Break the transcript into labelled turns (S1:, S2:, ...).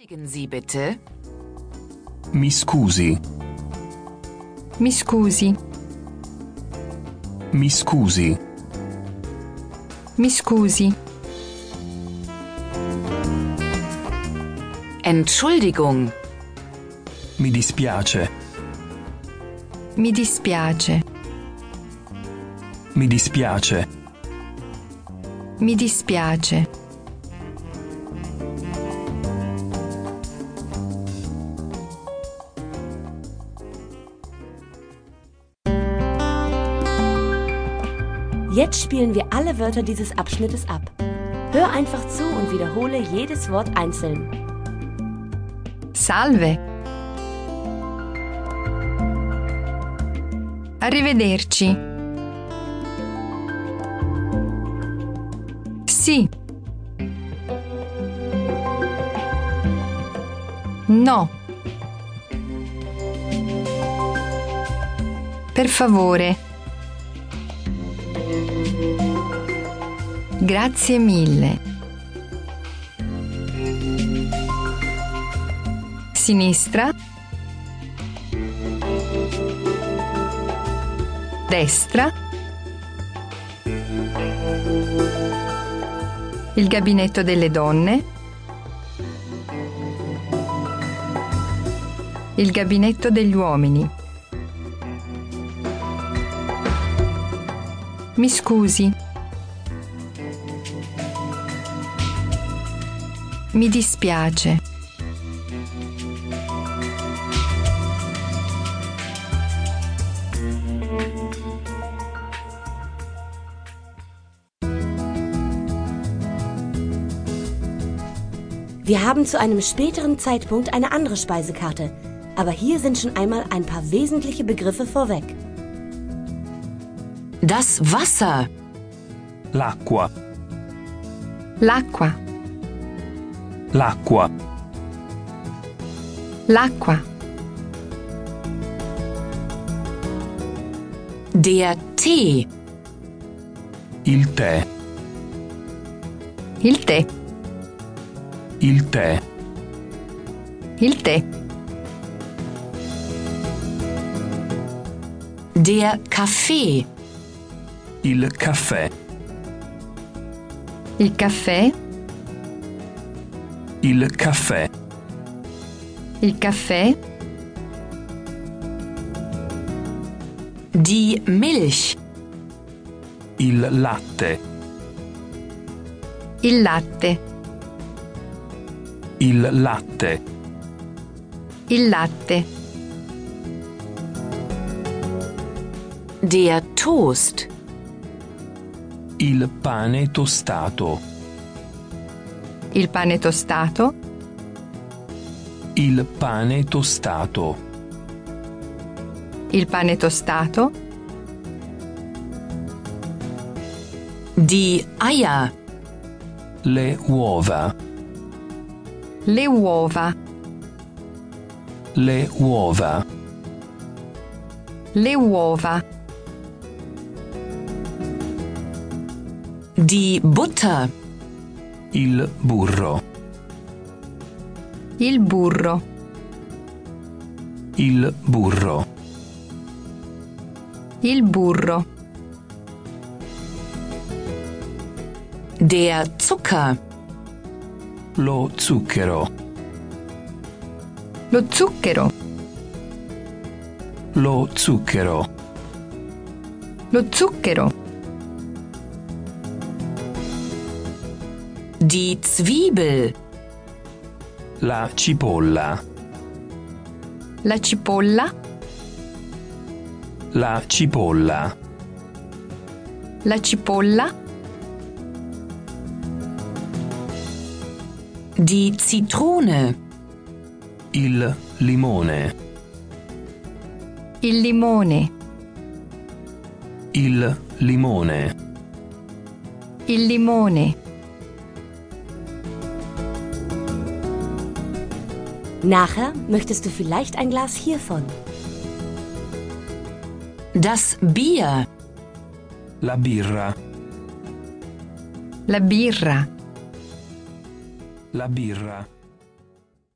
S1: Besichtigen Sie bitte
S2: Mi scusi,
S3: Mi scusi,
S2: mi scusi,
S3: mi scusi,
S1: Entschuldigung,
S2: mi dispiace,
S3: mi dispiace,
S2: mi dispiace,
S3: mi dispiace,
S4: Jetzt spielen wir alle Wörter dieses Abschnittes ab. Hör einfach zu und wiederhole jedes Wort einzeln.
S3: salve. Arrivederci. Sì. No. Per favore. Grazie mille. sinistra, destra, il gabinetto delle donne, il gabinetto degli uomini. Mi scusi. Mi dispiace.
S4: Wir haben zu einem späteren Zeitpunkt eine andere Speisekarte, aber hier sind schon einmal ein paar wesentliche Begriffe vorweg.
S1: das Wasser,
S2: l'acqua,
S3: L'acqua,
S2: l'acqua,
S3: l'acqua.
S1: der Tee,
S2: il tè,
S3: Il tè,
S2: il tè,
S3: il tè,
S1: der Kaffee,
S2: il caffè,
S3: il caffè,
S2: il caffè,
S3: il caffè,
S1: die Milch,
S2: il latte,
S3: il latte,
S2: il latte,
S3: il latte,
S1: der Toast,
S2: il pane tostato,
S3: il pane tostato,
S2: il pane tostato,
S3: il pane tostato,
S1: die Eier,
S2: le uova,
S3: le uova,
S2: le uova,
S3: le uova,
S1: die Butter,
S2: il burro,
S3: il burro,
S2: il burro,
S3: il burro,
S1: der Zucker,
S2: lo zucchero,
S3: lo zucchero,
S2: lo zucchero,
S3: lo zucchero,
S1: die Zwiebel,
S2: la cipolla,
S3: la cipolla,
S2: la cipolla,
S3: la cipolla,
S1: die Zitrone,
S2: il limone.
S3: il limone,
S2: Il limone,
S3: il limone,
S4: Nachher möchtest du vielleicht ein Glas hiervon.
S1: das Bier,
S2: la birra,
S3: la birra.
S2: la birra.